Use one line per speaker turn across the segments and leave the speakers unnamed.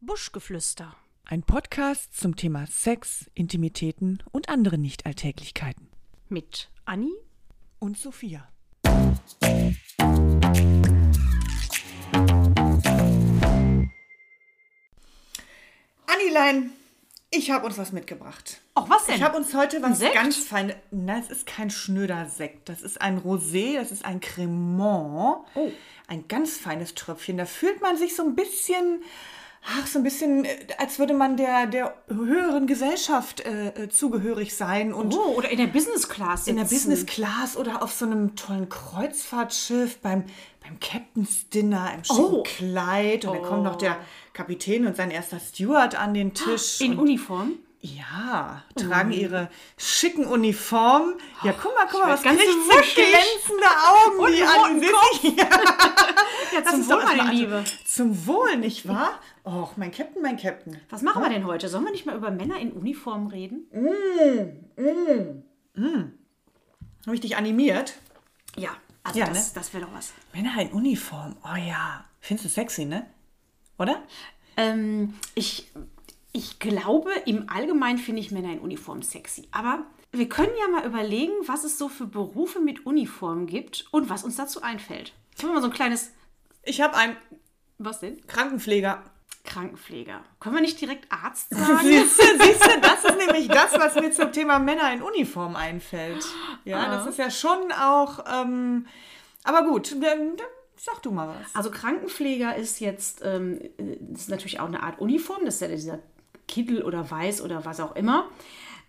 Buschgeflüster.
Ein Podcast zum Thema Sex, Intimitäten und andere Nichtalltäglichkeiten.
Mit Anni
Und Sophia.
Annilein, ich habe uns was mitgebracht.
Oh,
Ach, was denn?
Ich habe uns heute was
Sekt?
ganz Feines. Nein, es ist kein schnöder Sekt. Das ist ein Rosé, das ist ein Cremant.
Oh.
Ein ganz feines Tröpfchen. Da fühlt man sich so ein bisschen, ach, so ein bisschen, äh, als würde man der, der höheren Gesellschaft äh, äh, zugehörig sein und
oh, oder in der Business Class.
in der
sitzen.
Business Class oder auf so einem tollen Kreuzfahrtschiff beim, beim Captain's Dinner im schicken
Oh.
Kleid. Und dann kommt noch der Kapitän und sein erster Steward an den Tisch.
In
und
Uniform.
ja, tragen ihre schicken Uniformen. Ja, guck mal, guck mal, was
werd ganz
kriegt sie?
wuschig.
Glänzende Augen,
Und
die
einen roten
an
Ja,
Das
zum
ist doch
Wohl,
erstmal
meine
an-
Liebe.
also Zum Wohl, nicht wahr? Och, mein Captain, mein Captain.
Was machen wir denn heute? Sollen wir nicht mal über Männer in Uniform reden?
Habe ich dich animiert?
Ja, also
Ja, ne?
das, das wäre doch was.
Männer in Uniform, oh ja. Findest du sexy, ne? Oder?
Ähm, ich, ich glaube, im Allgemeinen finde ich Männer in Uniform sexy. Aber wir können ja mal überlegen, was es so für Berufe mit Uniform gibt und was uns dazu einfällt. Jetzt haben wir mal so ein kleines.
Ich habe einen
Was denn?
Krankenpfleger.
Krankenpfleger. Können wir nicht direkt Arzt sagen?
Siehst du, siehst du, das ist nämlich das, was mir zum Thema Männer in Uniform einfällt. Ja, das ist ja schon auch. Ähm, aber gut, dann, dann sag du mal was.
Also Krankenpfleger ist jetzt, ähm, das ist natürlich auch eine Art Uniform, das ist ja dieser Kittel oder Weiß oder was auch immer.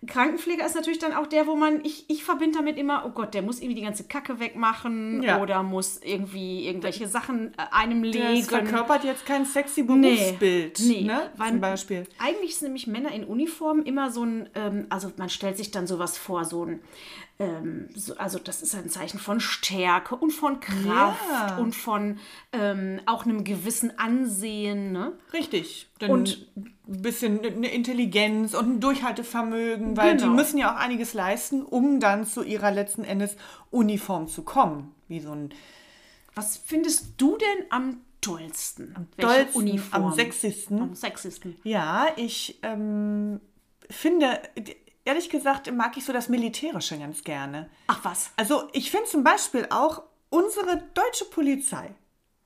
Krankenpfleger ist natürlich dann auch der, wo man, ich, ich verbinde damit immer, oh Gott, der muss irgendwie die ganze Kacke wegmachen
Ja.
oder muss irgendwie irgendwelche Sachen äh, einem legen.
Das verkörpert jetzt kein sexy Berufsbild,
Nee,
ne?
weil
Zum Beispiel.
Eigentlich sind nämlich Männer in Uniform immer so ein, ähm, also man stellt sich dann sowas vor, so ein, ähm, so, also das ist ein Zeichen von Stärke und von Kraft
Ja.
und von ähm, auch einem gewissen Ansehen. Ne?
Richtig. Dann
Und-
und ein bisschen eine Intelligenz und ein Durchhaltevermögen, weil die
Genau.
müssen ja auch einiges leisten, um dann zu ihrer letzten Endes Uniform zu kommen. Wie so ein
Was findest du denn am tollsten? Am
dollsten, am sexiesten.
Am sexiesten.
Ja, ich ähm, finde, ehrlich gesagt, mag ich so das Militärische ganz gerne.
Ach was.
Also ich finde zum Beispiel auch unsere deutsche Polizei,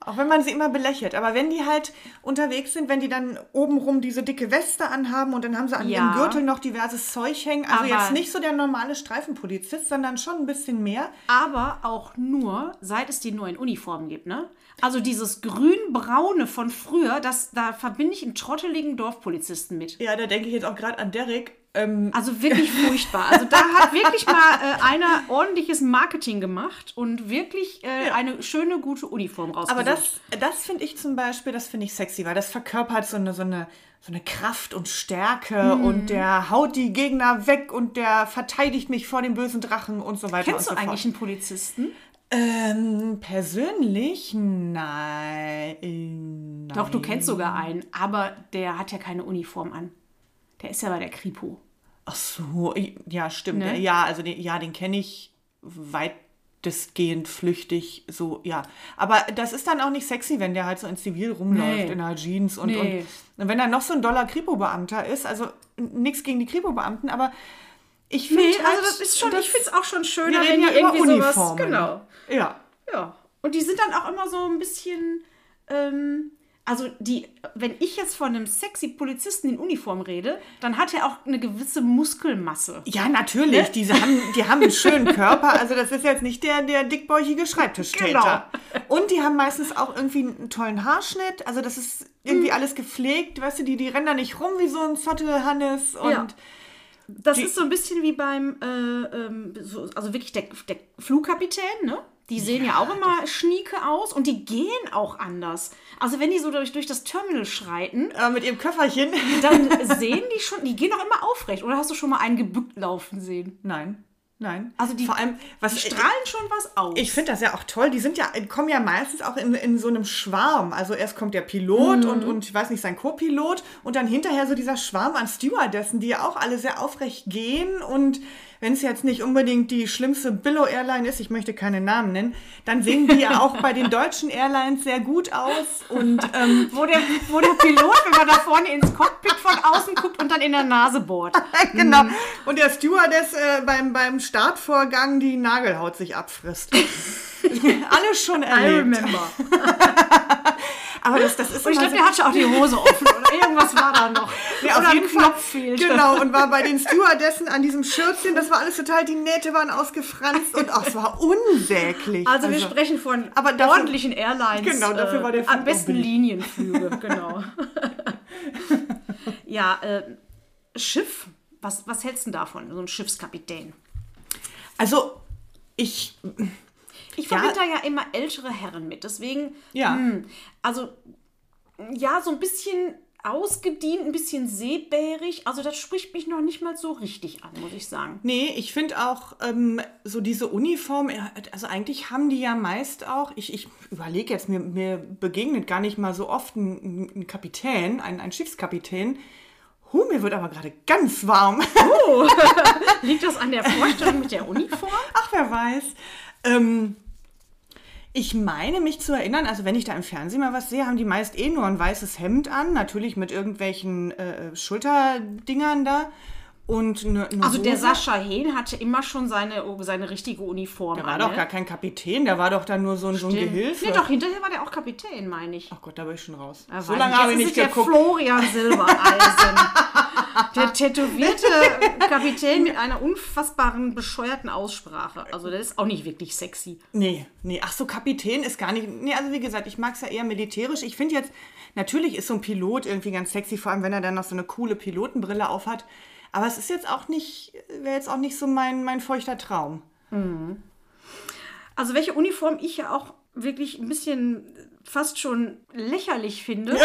auch wenn man sie immer belächelt, aber wenn die halt unterwegs sind, wenn die dann obenrum diese dicke Weste anhaben und dann haben sie an
Ja.
ihrem Gürtel noch diverses Zeug hängen, also
Aber-
jetzt nicht so der normale Streifenpolizist, sondern schon ein bisschen mehr.
Aber auch nur, seit es die neuen Uniformen gibt, ne? Also dieses grün-braune von früher, das, da verbinde ich einen trotteligen Dorfpolizisten mit.
Ja, da denke ich jetzt auch gerade an Derek. Ähm,
Also wirklich furchtbar. Also da hat wirklich mal äh, einer ordentliches Marketing gemacht und wirklich äh, eine schöne, gute Uniform rausgesucht.
aber das, das finde ich zum Beispiel, das finde ich sexy, weil das verkörpert so eine, so eine, so eine Kraft und Stärke
Mhm.
und der haut die Gegner weg und der verteidigt mich vor dem bösen Drachen und so weiter und
Kennst
so
du
fort.
eigentlich einen Polizisten?
Ähm, persönlich? Nein.
Doch, du kennst sogar einen, aber der hat ja keine Uniform an. Der ist ja bei der Kripo.
Ach so, ich- ja, stimmt.
Ne?
Ja, also den, ja, den kenne ich weitestgehend flüchtig, so, ja. Aber das ist dann auch nicht sexy, wenn der halt so in Zivil rumläuft,
Nee.
in einer Jeans und,
Nee.
und, und wenn dann noch so ein doller Kripo-Beamter ist, also nichts gegen die Kripo-Beamten, aber ich finde halt, das-
finde es auch schon schön,
wir reden ja über Uniformen. Ja.
Ja. Und die sind dann auch immer so ein bisschen, ähm, also die, wenn ich jetzt von einem sexy Polizisten in Uniform rede, dann hat er auch eine gewisse Muskelmasse.
Ja, natürlich. Diese haben, die haben einen schönen Körper. Also das ist jetzt nicht der, der dickbäuchige Schreibtischtäter. Und die haben meistens auch irgendwie einen tollen Haarschnitt. Also das ist irgendwie alles gepflegt. Weißt du, die, die rennen da nicht rum wie so ein Zottelhannes. Und
Ja. Das
Die-
ist so ein bisschen wie beim, äh, ähm, so, also wirklich der, der Flugkapitän, ne? Die sehen ja, auch immer schnieke aus und die gehen auch anders. Also wenn die so durch, durch das Terminal schreiten,
äh, mit ihrem Köfferchen.
dann sehen die schon, die gehen auch immer aufrecht. Oder hast du schon mal einen gebückt laufen sehen?
Nein, nein.
Also die-
Vor allem, was
Die strahlen schon was aus.
Äh, Ich finde das ja auch toll. Die sind ja, kommen ja meistens auch in, in so einem Schwarm. Also erst kommt der Pilot und,
Mhm.
und ich weiß nicht, sein Co-Pilot und dann hinterher so dieser Schwarm an Stewardessen, die ja auch alle sehr aufrecht gehen und wenn es jetzt nicht unbedingt die schlimmste Billo-Airline ist, ich möchte keine Namen nennen, dann sehen die ja auch bei den deutschen Airlines sehr gut aus. Und ähm,
Wo der, wo der Pilot, wenn man da vorne ins Cockpit von außen guckt und dann in der Nase bohrt.
genau. Und der Stewardess äh, beim, beim Startvorgang die Nagelhaut sich abfrisst. Alles schon
I
erlebt.
remember.
Aber das, das ist
Und ich
immer
glaube, der hatte auch die Hose offen oder irgendwas war da noch.
Ja,
oder
auf jeden
ein Knopf
Fall.
fehlte.
Genau, und war bei den Stewardessen an diesem Schürzchen, das war alles total, die Nähte waren ausgefranst und ach, es war unsäglich.
Also, wir sprechen von
Aber dafür-
ordentlichen Airlines. äh,
Genau, dafür war der Flug
Am besten
auch billig.
Linienflüge, genau. ja, äh, Schiff. Was, was hältst du denn davon, so ein Schiffskapitän?
Also, ich,
Ich
Ja.
verbinde da ja immer ältere Herren mit, deswegen,
ja,
also ja, so ein bisschen ausgedient, ein bisschen seebärig. Also das spricht mich noch nicht mal so richtig an, muss ich sagen.
nee, ich finde auch ähm, so diese Uniform, äh, also eigentlich haben die ja meist auch, ich, ich überlege jetzt, mir, mir begegnet gar nicht mal so oft ein, ein Kapitän, ein, ein Schiffskapitän. Huh, mir wird aber gerade ganz warm.
Liegt das an der Vorstellung mit der Uniform?
Ach, wer weiß. Ähm, ich meine mich zu erinnern, also wenn ich da im Fernsehen mal was sehe, haben die meist eh nur ein weißes Hemd an, natürlich mit irgendwelchen äh, Schulterdingern da. Und ne, ne
Also der
Hose.
Sascha Hehn hatte immer schon seine, seine richtige Uniform.
Der war
an,
doch
ne?
gar kein Kapitän, der war doch dann nur so ein, so ein Gehilfe.
Nee, doch, hinterher war der auch Kapitän, meine ich.
Ach Gott, da bin ich schon raus.
Ja,
so
weiß
lange
Jetzt
habe ich
ist
nicht
es
geguckt.
Der Florian Silbereisen. der tätowierte Kapitän mit einer unfassbaren, bescheuerten Aussprache. Also das ist auch nicht wirklich sexy.
Nee, nee, ach so, Kapitän ist gar nicht. Nee, also wie gesagt, ich mag es ja eher militärisch. Ich finde jetzt, natürlich ist so ein Pilot irgendwie ganz sexy, vor allem wenn er dann noch so eine coole Pilotenbrille aufhat. Aber es ist jetzt auch nicht, wäre jetzt auch nicht so mein, mein feuchter Traum.
Also welche Uniform ich ja auch wirklich ein bisschen äh, fast schon lächerlich finde,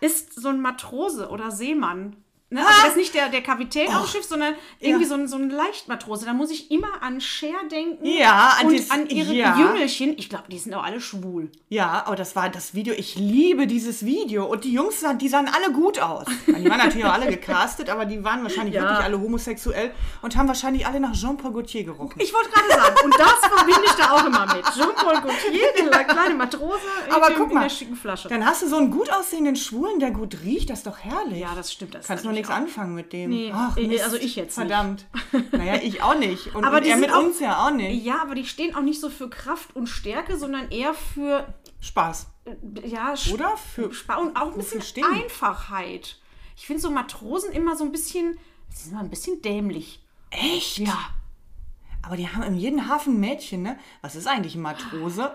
ist so ein Matrose oder Seemann. Ne? Also das ist nicht der, der Kapitän auf dem Schiff, sondern irgendwie
Ah! Oh. Ja.
so, ein, so ein Leichtmatrose. Da muss ich immer an Cher denken
Ja, an
und
dies-
an ihre
ja.
Jüngelchen. Ich glaube, die sind auch alle schwul.
Ja, aber das war das Video. Ich liebe dieses Video. Und die Jungs, sahen- die sahen alle gut aus. Die waren natürlich auch alle gecastet, aber die waren wahrscheinlich wirklich alle homosexuell und haben wahrscheinlich alle nach Jean-Paul Gaultier gerochen.
Ich wollte gerade sagen, und das verbinde ich da auch immer mit. Jean-Paul Gaultier, der kleine Matrose
Aber
in,
guck
in
mal,
der schicken Flasche.
Dann hast du so einen gut aussehenden Schwulen, der gut riecht. Das ist doch herrlich.
Ja, das stimmt. Das
Kannst
ist
noch
natürlich
nichts anfangen mit dem.
Nee, äh,
Mist.
also ich jetzt nicht.
Verdammt. Naja, ich auch nicht. Und,
Aber
und
die
er
sind
mit
auch-
uns ja auch
auch-
nicht.
Ja, aber die stehen auch nicht so für Kraft und Stärke, sondern eher für
Spaß.
ja, Sch-
Oder? Für-
Spa und auch ein bisschen
wofür stehen die?
Einfachheit. Ich finde so Matrosen immer so ein bisschen, sie sind immer ein bisschen dämlich.
Echt? Ja.
Ja.
Aber die haben in jedem Hafen ein Mädchen, ne? Was ist eigentlich ein Matrose?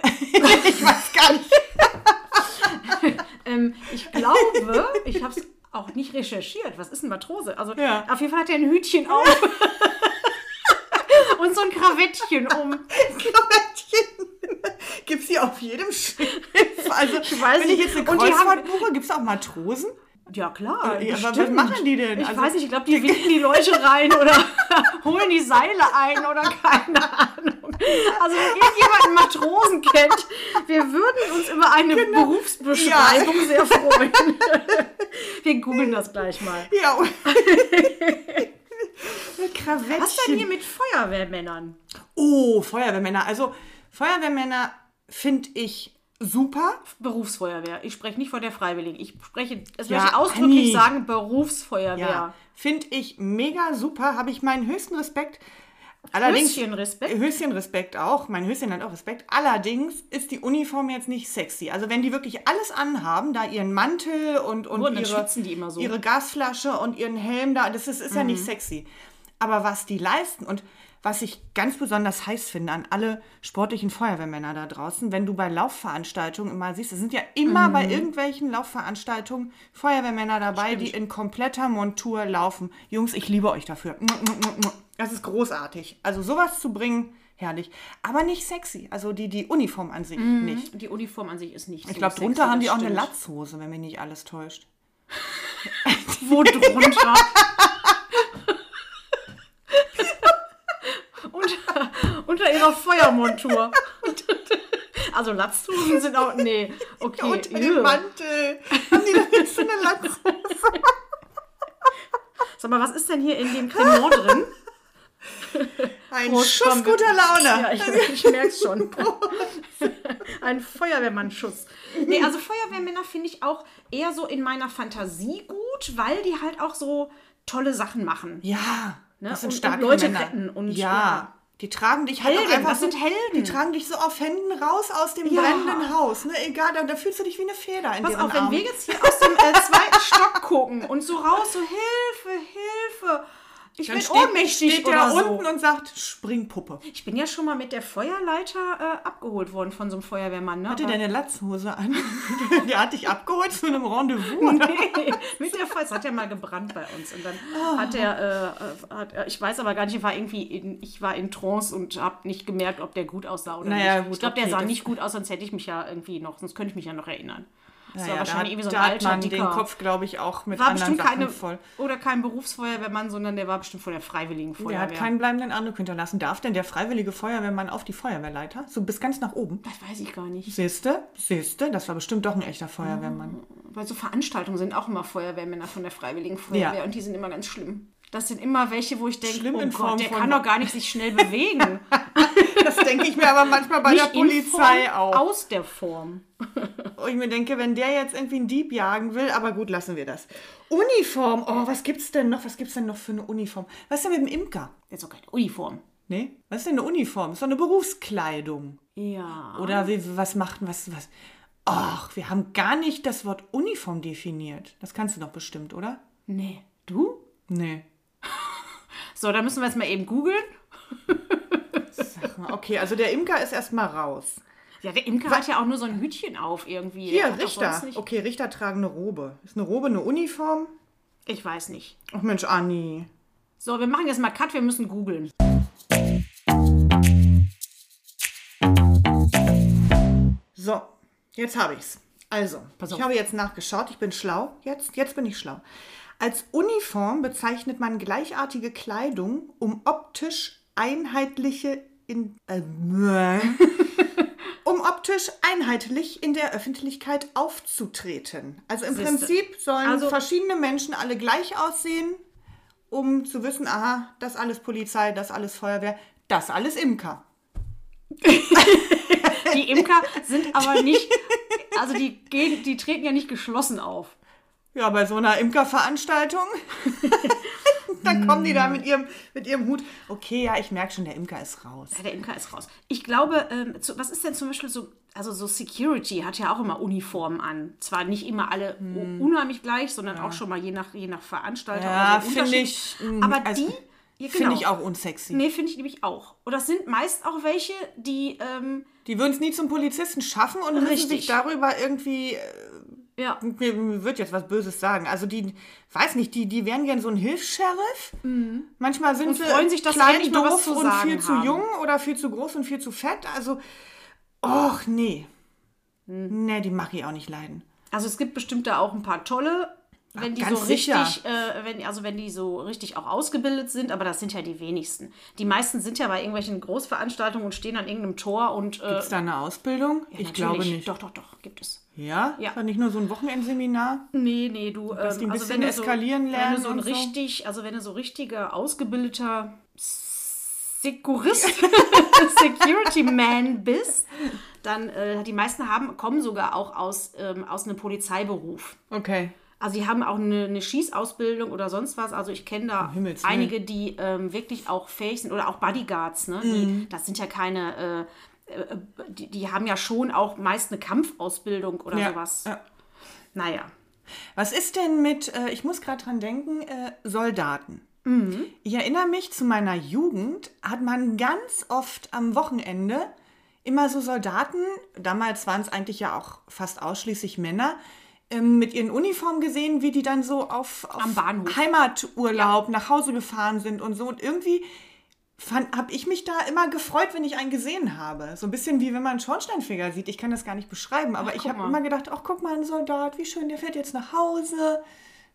ich weiß gar nicht.
Ähm, ich glaube, ich habe es auch nicht recherchiert. Was ist ein Matrose? Also
Ja.
auf jeden Fall hat er ein Hütchen auf. Und so ein Krawettchen um.
Gibt es die auf jedem Schiff? Also, ich
weiß
wenn ich
nicht.
jetzt eine
Und die haben-
Kreuzfahrt buche, gibt es auch Matrosen?
Ja, klar.
Äh, Ja, aber was
bestimmt.
machen die denn?
Ich
Also-
weiß nicht, ich glaube, die winken die Leute rein oder holen die Seile ein oder keine Ahnung. Also, wenn irgendjemand einen Matrosen kennt, wir würden uns über eine
Genau.
Berufsbeschreibung sehr freuen. Wir googeln das gleich mal.
Ja. Mit Krawettchen.
Was denn hier mit Feuerwehrmännern?
Oh, Feuerwehrmänner. Also, Feuerwehrmänner finde ich super.
Berufsfeuerwehr. Ich spreche nicht von der Freiwilligen. Ich spreche, das
Ja,
möchte ich ausdrücklich
Anni.
sagen, Berufsfeuerwehr.
Ja, finde ich mega super, habe ich meinen höchsten Respekt. Allerdings
Höschen Respekt.
Höschen Respekt auch, mein Höschen hat auch Respekt. Allerdings ist die Uniform jetzt nicht sexy. Also wenn die wirklich alles anhaben, da ihren Mantel und und,
Oh, und dann
ihre
schwitzen die immer so. Mhm.
ihre Gasflasche und ihren Helm da, das ist, ist ja nicht sexy. Aber was die leisten und was ich ganz besonders heiß finde an alle sportlichen Feuerwehrmänner da draußen, wenn du bei Laufveranstaltungen immer siehst, es sind ja immer
Mhm.
bei irgendwelchen Laufveranstaltungen Feuerwehrmänner dabei, die in kompletter Montur laufen. Jungs, ich liebe euch dafür. Das ist großartig. Also sowas zu bringen, herrlich. Aber nicht sexy. Also die, die Uniform an sich
Mhm.
nicht.
Hm? Die Uniform an sich ist nicht so
Ich glaube,
sexy,
drunter haben
das
die auch eine
stimmt.
Latzhose, wenn mich nicht alles täuscht.
Wo drunter? unter, unter ihrer Feuermontur. Also Latzhosen sind auch. Nee, okay.
unter
ew.
dem Mantel. Haben die da jetzt so eine Latzhose?
Sag mal, was ist denn hier in dem Cremant drin?
Ein
Prost,
Schuss
komm, wir-
guter Laune.
Ja, ich, ich merke es schon. Ein Feuerwehrmannschuss. Nee, also Feuerwehrmänner finde ich auch eher so in meiner Fantasie gut, weil die halt auch so tolle Sachen machen.
Ja,
Ne?
das
Und-
sind
und
starke
Leute
Männer.
retten und-
ja,
ja.
die tragen dich halt
Helden,
auch einfach
das
so,
sind Helden.
Die tragen dich so auf Händen raus aus dem
Ja.
brennenden Haus. Ne? Egal, da, da fühlst du dich wie eine Feder in
Pass
deren
auf, wenn
Armen.
wir jetzt hier aus dem äh, zweiten Stock gucken und so raus, so Hilfe, Hilfe, ich
Dann
bin
steht-
ohnmächtig
steht
oder
der
so.
unten und sagt, Springpuppe.
Ich bin ja schon mal mit der Feuerleiter äh, abgeholt worden von so einem Feuerwehrmann. Ne?
Hatte
Aber-
deine Latzhose an. der hat dich abgeholt zu einem Rendezvous.
Hm.
oder?
mit der Feuer. Es hat ja mal gebrannt bei uns. Und dann
Ah.
hat er, äh, hat, er- ich weiß aber gar nicht, ich war irgendwie in, ich war in Trance und habe nicht gemerkt, ob der gut aussah oder
Naja,
nicht.
gut,
ich glaube, der
okay,
sah
das-
nicht gut aus, sonst hätte ich mich ja irgendwie noch, sonst könnte ich mich ja noch erinnern. Das
Naja,
war
da hat,
wahrscheinlich irgendwie so ein
da hat
alter,
man
dicker.
den Kopf, glaube ich, auch mit
war
anderen
bestimmt
Sachen
keine,
voll.
oder kein Berufsfeuerwehrmann, sondern der war bestimmt von der Freiwilligen
Der
Feuerwehr.
hat keinen bleibenden Eindruck hinterlassen. Darf denn der freiwillige Feuerwehrmann auf die Feuerwehrleiter? So bis ganz nach oben.
das weiß ich gar nicht.
Siehste, siehste, das war bestimmt doch ein echter Feuerwehrmann.
Weil so Veranstaltungen sind auch immer Feuerwehrmänner von der Freiwilligen Feuerwehr
Ja.
und die sind immer ganz schlimm. Das sind immer welche, wo ich denke,
Schlimm
oh
in Form
Gott, der
von-
kann doch gar nicht sich schnell bewegen.
Das denke ich mir aber manchmal bei
nicht
der Polizei
in Form,
auch.
Aus der Form.
Und ich mir denke, wenn der jetzt irgendwie einen Dieb jagen will, aber gut, lassen wir das. Uniform, oh, was gibt's denn noch? Was gibt's denn noch für eine Uniform? Was ist denn mit dem Imker?
Das ist doch keine Uniform.
Nee? Was ist denn eine Uniform? Ist doch eine Berufskleidung.
Ja.
Oder wie, was macht, was, was? Ach, wir haben gar nicht das Wort Uniform definiert. Das kannst du doch bestimmt, oder? Ne.
Nee. Du?
Nee.
So, dann müssen wir jetzt mal eben googeln.
Okay, also der Imker ist erstmal raus.
Ja, der Imker hat ja auch nur so ein Hütchen auf irgendwie.
Hier,
Der hat doch sonst
Richter.
Nicht.
Okay, Richter tragen eine Robe. Ist eine Robe eine Uniform?
Ich weiß nicht.
Ach Mensch, Anni.
So, wir machen jetzt mal Cut, wir müssen googeln.
So, jetzt habe ich's. Also, ich habe jetzt nachgeschaut. Ich bin schlau. Jetzt, jetzt bin ich schlau. Als Uniform bezeichnet man gleichartige Kleidung, um optisch einheitliche in äh, um optisch einheitlich in der Öffentlichkeit aufzutreten. Also im
Siehste.
Prinzip sollen
Also-
verschiedene Menschen alle gleich aussehen, um zu wissen, aha, das alles Polizei, das alles Feuerwehr, das alles Imker.
Die Imker sind aber nicht, also die, gehen, die treten ja nicht geschlossen auf.
Ja, bei so einer Imkerveranstaltung. Dann kommen die
Hm.
da mit ihrem, mit ihrem Hut. Okay, ja, ich merke schon, der Imker ist raus.
Ja, der Imker ist raus. Ich glaube, ähm, zu, was ist denn zum Beispiel so, also so Security hat ja auch immer Uniformen an. Zwar nicht immer alle u- unheimlich gleich, sondern auch schon mal je nach, je nach Veranstalter.
Hm. Ja,
oder so
finde
Unterschied.
ich, mm,
Aber
also,
die, ja,
Finde
genau.
ich auch unsexy.
Nee, finde ich nämlich auch. Und das sind meist auch welche, die, ähm,
Die würden es nie zum Polizisten schaffen und müssen sich
Richtig.
darüber irgendwie, äh,
ja,
mir, mir wird jetzt was Böses sagen. Also die, weiß nicht, die, die wären gern so ein Hilfs-Sheriff. Manchmal sind sie
Mhm. freuen sich, dass sie
klein,
endlich mal was
doof
zu
und
sagen
viel zu
haben.
jung oder viel zu groß und viel zu fett. Also, och, nee.
Hm.
Nee, die mag ich auch nicht leiden.
also es gibt bestimmt da auch ein paar tolle, wenn die
ganz
so
sicher.
richtig, äh, wenn, also wenn die so richtig auch ausgebildet sind, aber das sind ja die wenigsten. Die meisten sind ja bei irgendwelchen Großveranstaltungen und stehen an irgendeinem Tor und äh,
Ist da eine Ausbildung? ich
natürlich.
glaube nicht.
Doch, doch, doch, gibt es.
Ja?
Ja.
War nicht nur so ein Wochenendseminar?
Nee, nee, du.
die ein
ähm,
bisschen eskalieren
so,
lernen
Wenn du so ein
und so?
richtig, also wenn du so richtiger, ausgebildeter Sekurist, Security Man bist, dann äh, die meisten haben, kommen sogar auch aus, ähm, aus einem Polizeiberuf.
Okay.
Also die haben auch eine, eine Schießausbildung oder sonst was. Also ich kenne da
Um Himmels Willen.
einige, die ähm, wirklich auch fähig sind oder auch Bodyguards. Ne?
Mhm.
Die, das sind ja keine, äh, äh, die, die haben ja schon auch meist eine Kampfausbildung oder
Ja,
sowas.
ja.
Naja.
Was ist denn mit, äh, ich muss gerade dran denken, äh, Soldaten?
Mhm.
Ich erinnere mich, zu meiner Jugend hat man ganz oft am Wochenende immer so Soldaten, damals waren es eigentlich ja auch fast ausschließlich Männer, ähm, mit ihren Uniformen gesehen, wie die dann so auf, auf
Am Bahnhof.
Heimaturlaub nach Hause gefahren sind und so. Und irgendwie habe ich mich da immer gefreut, wenn ich einen gesehen habe. So ein bisschen wie wenn man einen Schornsteinfeger sieht. Ich kann das gar nicht beschreiben, aber ich
guck
habe
mal.
immer gedacht, ach guck mal, ein Soldat, wie schön, der fährt jetzt nach Hause.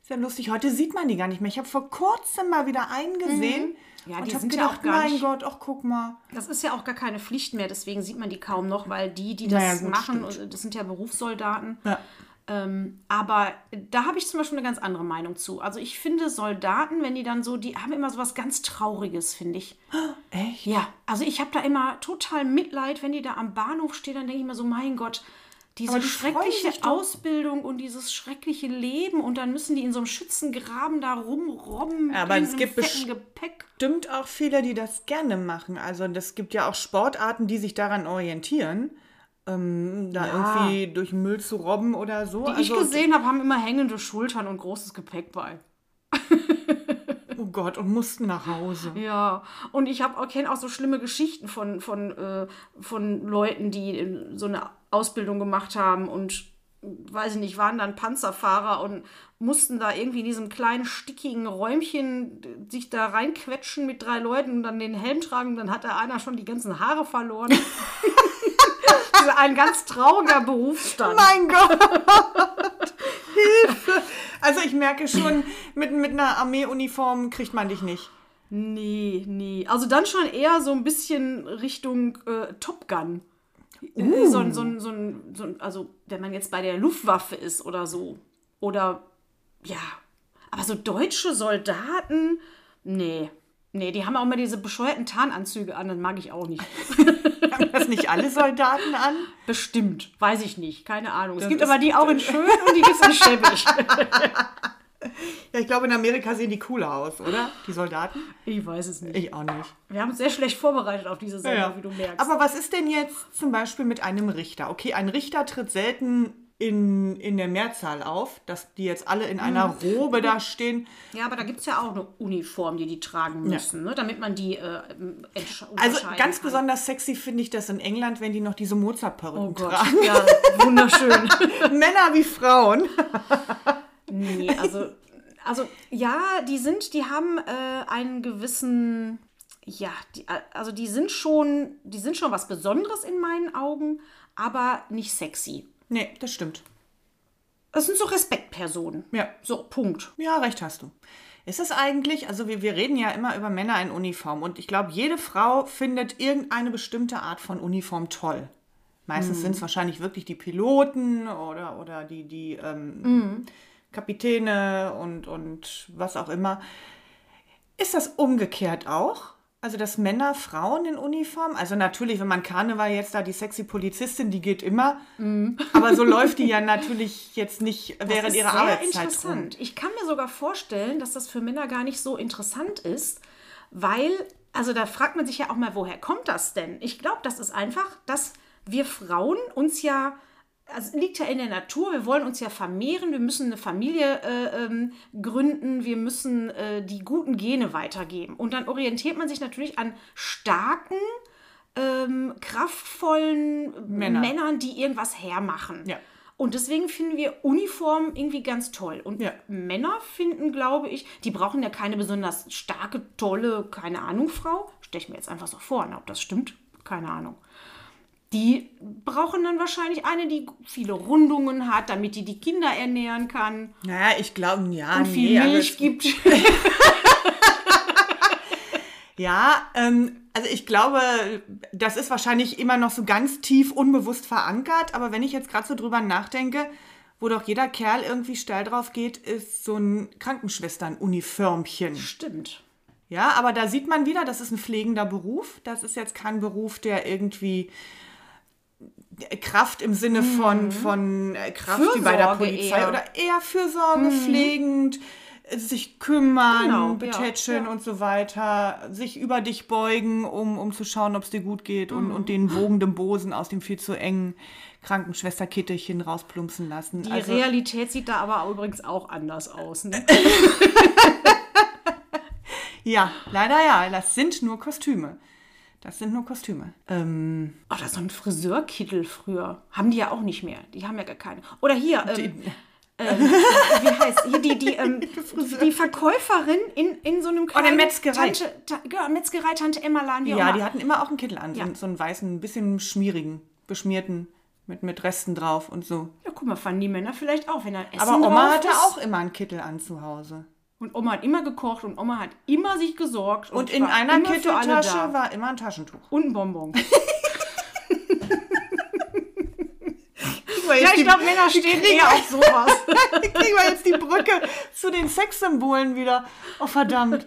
Ist ja lustig, heute sieht man die gar nicht mehr. Ich habe vor kurzem mal wieder einen gesehen.
Mhm. Ja,
und
die
hab
sind ja
gedacht,
auch gar
mein
nicht-
Gott, ach guck mal.
Das ist ja auch gar keine Pflicht mehr, deswegen sieht man die kaum noch, weil die, die das
Naja, gut,
machen,
stimmt.
und das sind ja Berufssoldaten.
Ja.
Ähm, aber da habe ich zum Beispiel eine ganz andere Meinung zu. Also ich finde Soldaten, wenn die dann so, die haben immer so was ganz Trauriges, finde ich.
Echt?
Ja, also ich habe da immer total Mitleid, wenn die da am Bahnhof stehen, dann denke ich mir so, mein Gott, diese
Aber die freuen sich
schreckliche
doch.
Ausbildung und dieses schreckliche Leben und dann müssen die in so einem Schützengraben da rumrobben mit
Aber es
einem
gibt
fetten
best-
Gepäck.
Stimmt auch viele, die das gerne machen. Also es gibt ja auch Sportarten, die sich daran orientieren, ähm, da
Ja.
irgendwie durch Müll zu robben oder so.
Die
also,
ich gesehen habe, haben immer hängende Schultern und großes Gepäck bei.
Oh Gott, und mussten nach Hause.
Ja, und ich habe kenne auch so schlimme Geschichten von, von, äh, von Leuten, die äh, so eine Ausbildung gemacht haben und äh, weiß ich nicht, waren dann Panzerfahrer und mussten da irgendwie in diesem kleinen stickigen Räumchen äh, sich da reinquetschen mit drei Leuten und dann den Helm tragen und dann hat da einer schon die ganzen Haare verloren. Also Ein ganz trauriger Berufsstand.
Mein Gott! Hilfe! Also ich merke schon, mit, mit einer Armeeuniform kriegt man dich nicht.
Nee, nee. Also dann schon eher so ein bisschen Richtung äh, Top Gun. Äh,
Uh.
So, ein, so, ein, so, ein, so ein, also wenn man jetzt bei der Luftwaffe ist oder so. Oder ja. Aber so deutsche Soldaten, nee. Nee, die haben auch immer diese bescheuerten Tarnanzüge an, das mag ich auch nicht.
Haben das nicht alle Soldaten an?
Bestimmt, weiß ich nicht, keine Ahnung. Es
Das
gibt
ist-
aber die auch in schön und die gibt es in schäbig.
Ja, ich glaube, in Amerika sehen die cooler aus, oder? Die Soldaten?
Ich weiß es nicht.
Ich auch nicht.
Wir haben uns sehr schlecht vorbereitet auf diese Sendung, Genau, wie du merkst.
Aber was ist denn jetzt zum Beispiel mit einem Richter? Okay, ein Richter tritt selten in, in der Mehrzahl auf, dass die jetzt alle in einer
Hm.
Robe da stehen.
Ja, aber da gibt es ja auch eine Uniform, die die tragen müssen, ne? damit man die äh, ähm, entsch-
Also
unterscheiden
ganz
kann.
besonders sexy finde ich das in England, wenn die noch diese Mozart-Perücken
Oh Gott,
tragen.
ja, wunderschön.
Männer wie Frauen.
nee, also, also ja, die sind, die haben äh, einen gewissen, ja, die, also die sind schon, die sind schon was Besonderes in meinen Augen, aber nicht sexy.
Nee, das stimmt.
Das sind so Respektpersonen.
Ja.
So, Punkt.
Ja, recht hast du. Ist es eigentlich, also wir, wir reden ja immer über Männer in Uniform und ich glaube, jede Frau findet irgendeine bestimmte Art von Uniform toll. Meistens
Mhm.
sind es wahrscheinlich wirklich die Piloten oder, oder die, die ähm,
Mhm.
Kapitäne und, und was auch immer. Ist das umgekehrt auch? Also, dass Männer Frauen in Uniform, also natürlich, wenn man Karneval jetzt da, die sexy Polizistin, die geht immer, aber so läuft die ja natürlich jetzt nicht während
Mhm. das ist
ihrer
sehr
Arbeitszeit rum.
interessant. Ich kann mir sogar vorstellen, dass das für Männer gar nicht so interessant ist, weil, also da fragt man sich ja auch mal, woher kommt das denn? Ich glaube, das ist einfach, dass wir Frauen uns ja, also liegt ja in der Natur, wir wollen uns ja vermehren, wir müssen eine Familie äh, ähm, gründen, wir müssen äh, die guten Gene weitergeben. Und dann orientiert man sich natürlich an starken, ähm, kraftvollen
Männer.
Männern, die irgendwas hermachen.
Ja.
Und deswegen finden wir Uniformen irgendwie ganz toll. Und
Ja.
Männer finden, glaube ich, die brauchen ja keine besonders starke, tolle, keine Ahnung, Frau. Stell ich mir jetzt einfach so vor, ne, ob das stimmt, keine Ahnung. Die brauchen dann wahrscheinlich eine, die viele Rundungen hat, damit die die Kinder ernähren kann
Naja, ich glaube, ja.
und viel
nee,
Milch
also,
gibt.
ja, ähm, also ich glaube, das ist wahrscheinlich immer noch so ganz tief unbewusst verankert. Aber wenn ich jetzt gerade so drüber nachdenke, wo doch jeder Kerl irgendwie steil drauf geht, ist so ein Krankenschwestern-Uniformchen.
Stimmt.
Ja, aber da sieht man wieder, das ist ein pflegender Beruf. Das ist jetzt kein Beruf, der irgendwie äh, Kraft im Sinne von, von äh, Kraft wie bei der
Mhm. Fürsorge
Polizei
eher. Mhm.
oder eher Fürsorge, pflegend, äh, sich kümmern,
Genau, ja,
betätscheln
ja.
und so weiter, sich über dich beugen, um, um zu schauen, ob es dir gut geht und,
Mhm.
und den wogenden Bosen aus dem viel zu engen Krankenschwesterkittelchen rausplumpsen lassen.
Die
Also-
Realität sieht da aber übrigens auch anders aus. Ne?
ja, leider ja, das sind nur Kostüme. Das sind nur Kostüme.
Oder so ein Friseurkittel früher. Haben die ja auch nicht mehr. Die haben ja gar keine. Oder hier, ähm, ähm, wie heißt hier die, die, ähm, die Verkäuferin in, in so einem kleinen...
Oh, Metzgerei.
Tante, Ta ja, Metzgerei, Tante Emma Laden, wie auch
Ja,
immer.
die hatten immer auch einen Kittel an, so,
Ja.
einen- so einen weißen, ein bisschen schmierigen, beschmierten, mit, mit Resten drauf und so.
Ja, guck mal, fanden die Männer vielleicht auch, wenn da Essen
Aber Oma
drauf
hatte
ist.
auch immer einen Kittel an zu Hause.
Und Oma hat immer gekocht und Oma hat immer sich gesorgt.
Und in
war
einer
immer für alle
Kitteltasche
da.
war immer ein Taschentuch.
Und ein Bonbon.
Ja,
Ja, ich glaube, Männer stehen eher auf sowas.
kriegen wir jetzt die Brücke zu den Sexsymbolen wieder. Oh, verdammt.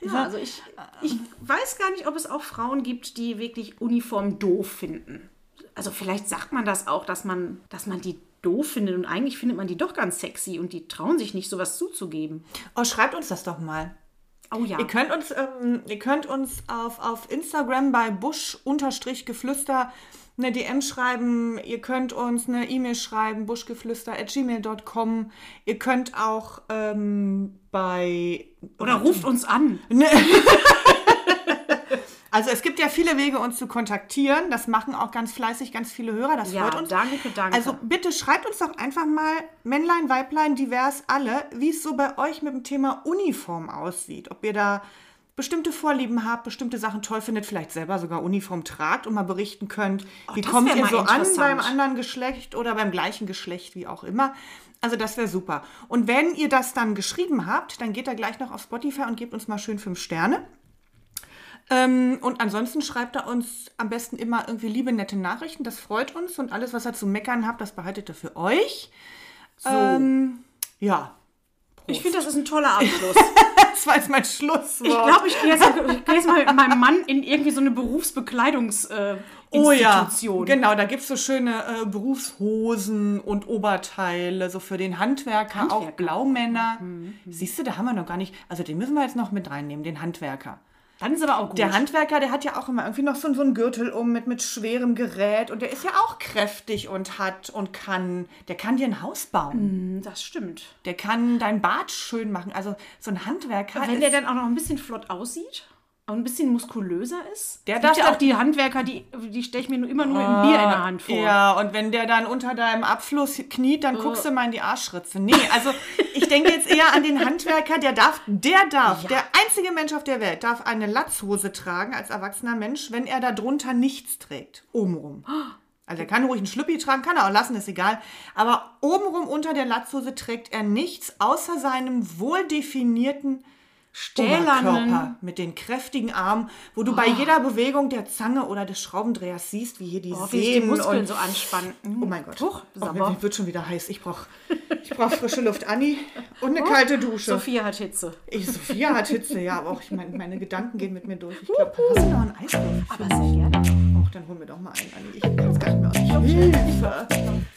Ja, also ich, Ich weiß gar nicht, ob es auch Frauen gibt, die wirklich Uniform doof finden. Also vielleicht sagt man das auch, dass man, dass man die doof findet und eigentlich findet man die doch ganz sexy und die trauen sich nicht, sowas zuzugeben.
Oh, schreibt uns das doch mal.
Oh ja.
Ihr könnt uns, ähm, ihr könnt uns auf, auf Instagram bei busch-geflüster eine DM schreiben. Ihr könnt uns eine E-Mail schreiben, buschgeflüster.gmail.com. Ihr könnt auch ähm, bei...
Oder ruft uns an.
Ne. Also es gibt ja viele Wege, uns zu kontaktieren. Das machen auch ganz fleißig ganz viele Hörer. Das
Ja,
freut uns.
danke, danke.
Also bitte schreibt uns doch einfach mal Männlein, Weiblein, divers, alle, wie es so bei euch mit dem Thema Uniform aussieht. Ob ihr da bestimmte Vorlieben habt, bestimmte Sachen toll findet, vielleicht selber sogar Uniform tragt und mal berichten könnt, wie
das
kommt
wär
ihr
mal
so an beim
interessant.
anderen Geschlecht oder beim gleichen Geschlecht, wie auch immer. Also das wäre super. Und wenn ihr das dann geschrieben habt, dann geht da gleich noch auf Spotify und gebt uns mal schön fünf Sterne. Ähm, und ansonsten schreibt er uns am besten immer irgendwie liebe, nette Nachrichten. Das freut uns. Und alles, was ihr zu meckern habt, das behaltet ihr für euch. Ähm,
so.
Ja,
ich finde, das ist ein toller Abschluss.
das war jetzt mein Schlusswort.
Ich glaube, ich gehe jetzt, ich geh jetzt mal mit meinem Mann in irgendwie so eine Berufsbekleidungsinstitution. Äh,
oh ja,
Institution.
genau. Da gibt es so schöne äh, Berufshosen und Oberteile. So für den Handwerker, Mhm, auch
Handwerker.
Blaumänner. Siehst du, da haben wir noch gar nicht. Also den müssen wir jetzt noch mit reinnehmen, den Handwerker.
Dann ist aber auch gut.
Der Handwerker, der hat ja auch immer irgendwie noch so, so einen Gürtel um mit, mit schwerem Gerät. Und der ist ja auch kräftig und hat und kann. Der kann dir ein Haus bauen.
Hm, das stimmt.
Der kann dein Bad schön machen. Also so ein Handwerker.
Wenn
ist,
der dann auch noch ein bisschen flott aussieht und ein bisschen muskulöser ist.
Der
Es
darf
gibt ja
dann-
auch die Handwerker, die, die stelle ich mir nur immer nur mit einem Bier in der Hand vor.
ja, Oh und wenn der dann unter deinem Abfluss kniet, dann
Äh.
guckst du mal in die Arschritze. Nee, also ich denke jetzt eher an den Handwerker, der darf, der darf, der einzige Mensch auf der Welt darf eine Latzhose tragen als erwachsener Mensch, wenn er darunter nichts trägt. Obenrum. Also er kann ruhig einen Schlüppi tragen, kann er auch lassen, ist egal. Aber obenrum unter der Latzhose trägt er nichts außer seinem wohl definierten Oberkörper
Stählernen. Oh.
mit den kräftigen Armen, wo du bei jeder Bewegung der Zange oder des Schraubendrehers siehst, wie hier die
Oh, wie sich die
Sehnen
Muskeln
und
so anspannen.
Oh mein Gott.
Huch,
oh,
sauber.
mir, mir wird schon wieder heiß. Ich brauche ich brauch frische Luft, Anni, und eine kalte Dusche.
Sophia hat Hitze.
Ich, Sophia hat Hitze, ja, aber auch ich mein, meine Gedanken gehen mit mir durch. Ich glaube, hast du noch einen Eiswürfel? Oh,
Aber sehr gerne.
Och, dann holen wir doch mal einen, Anni. Ich kann es gar nicht mehr aus. Hilfe. Ah.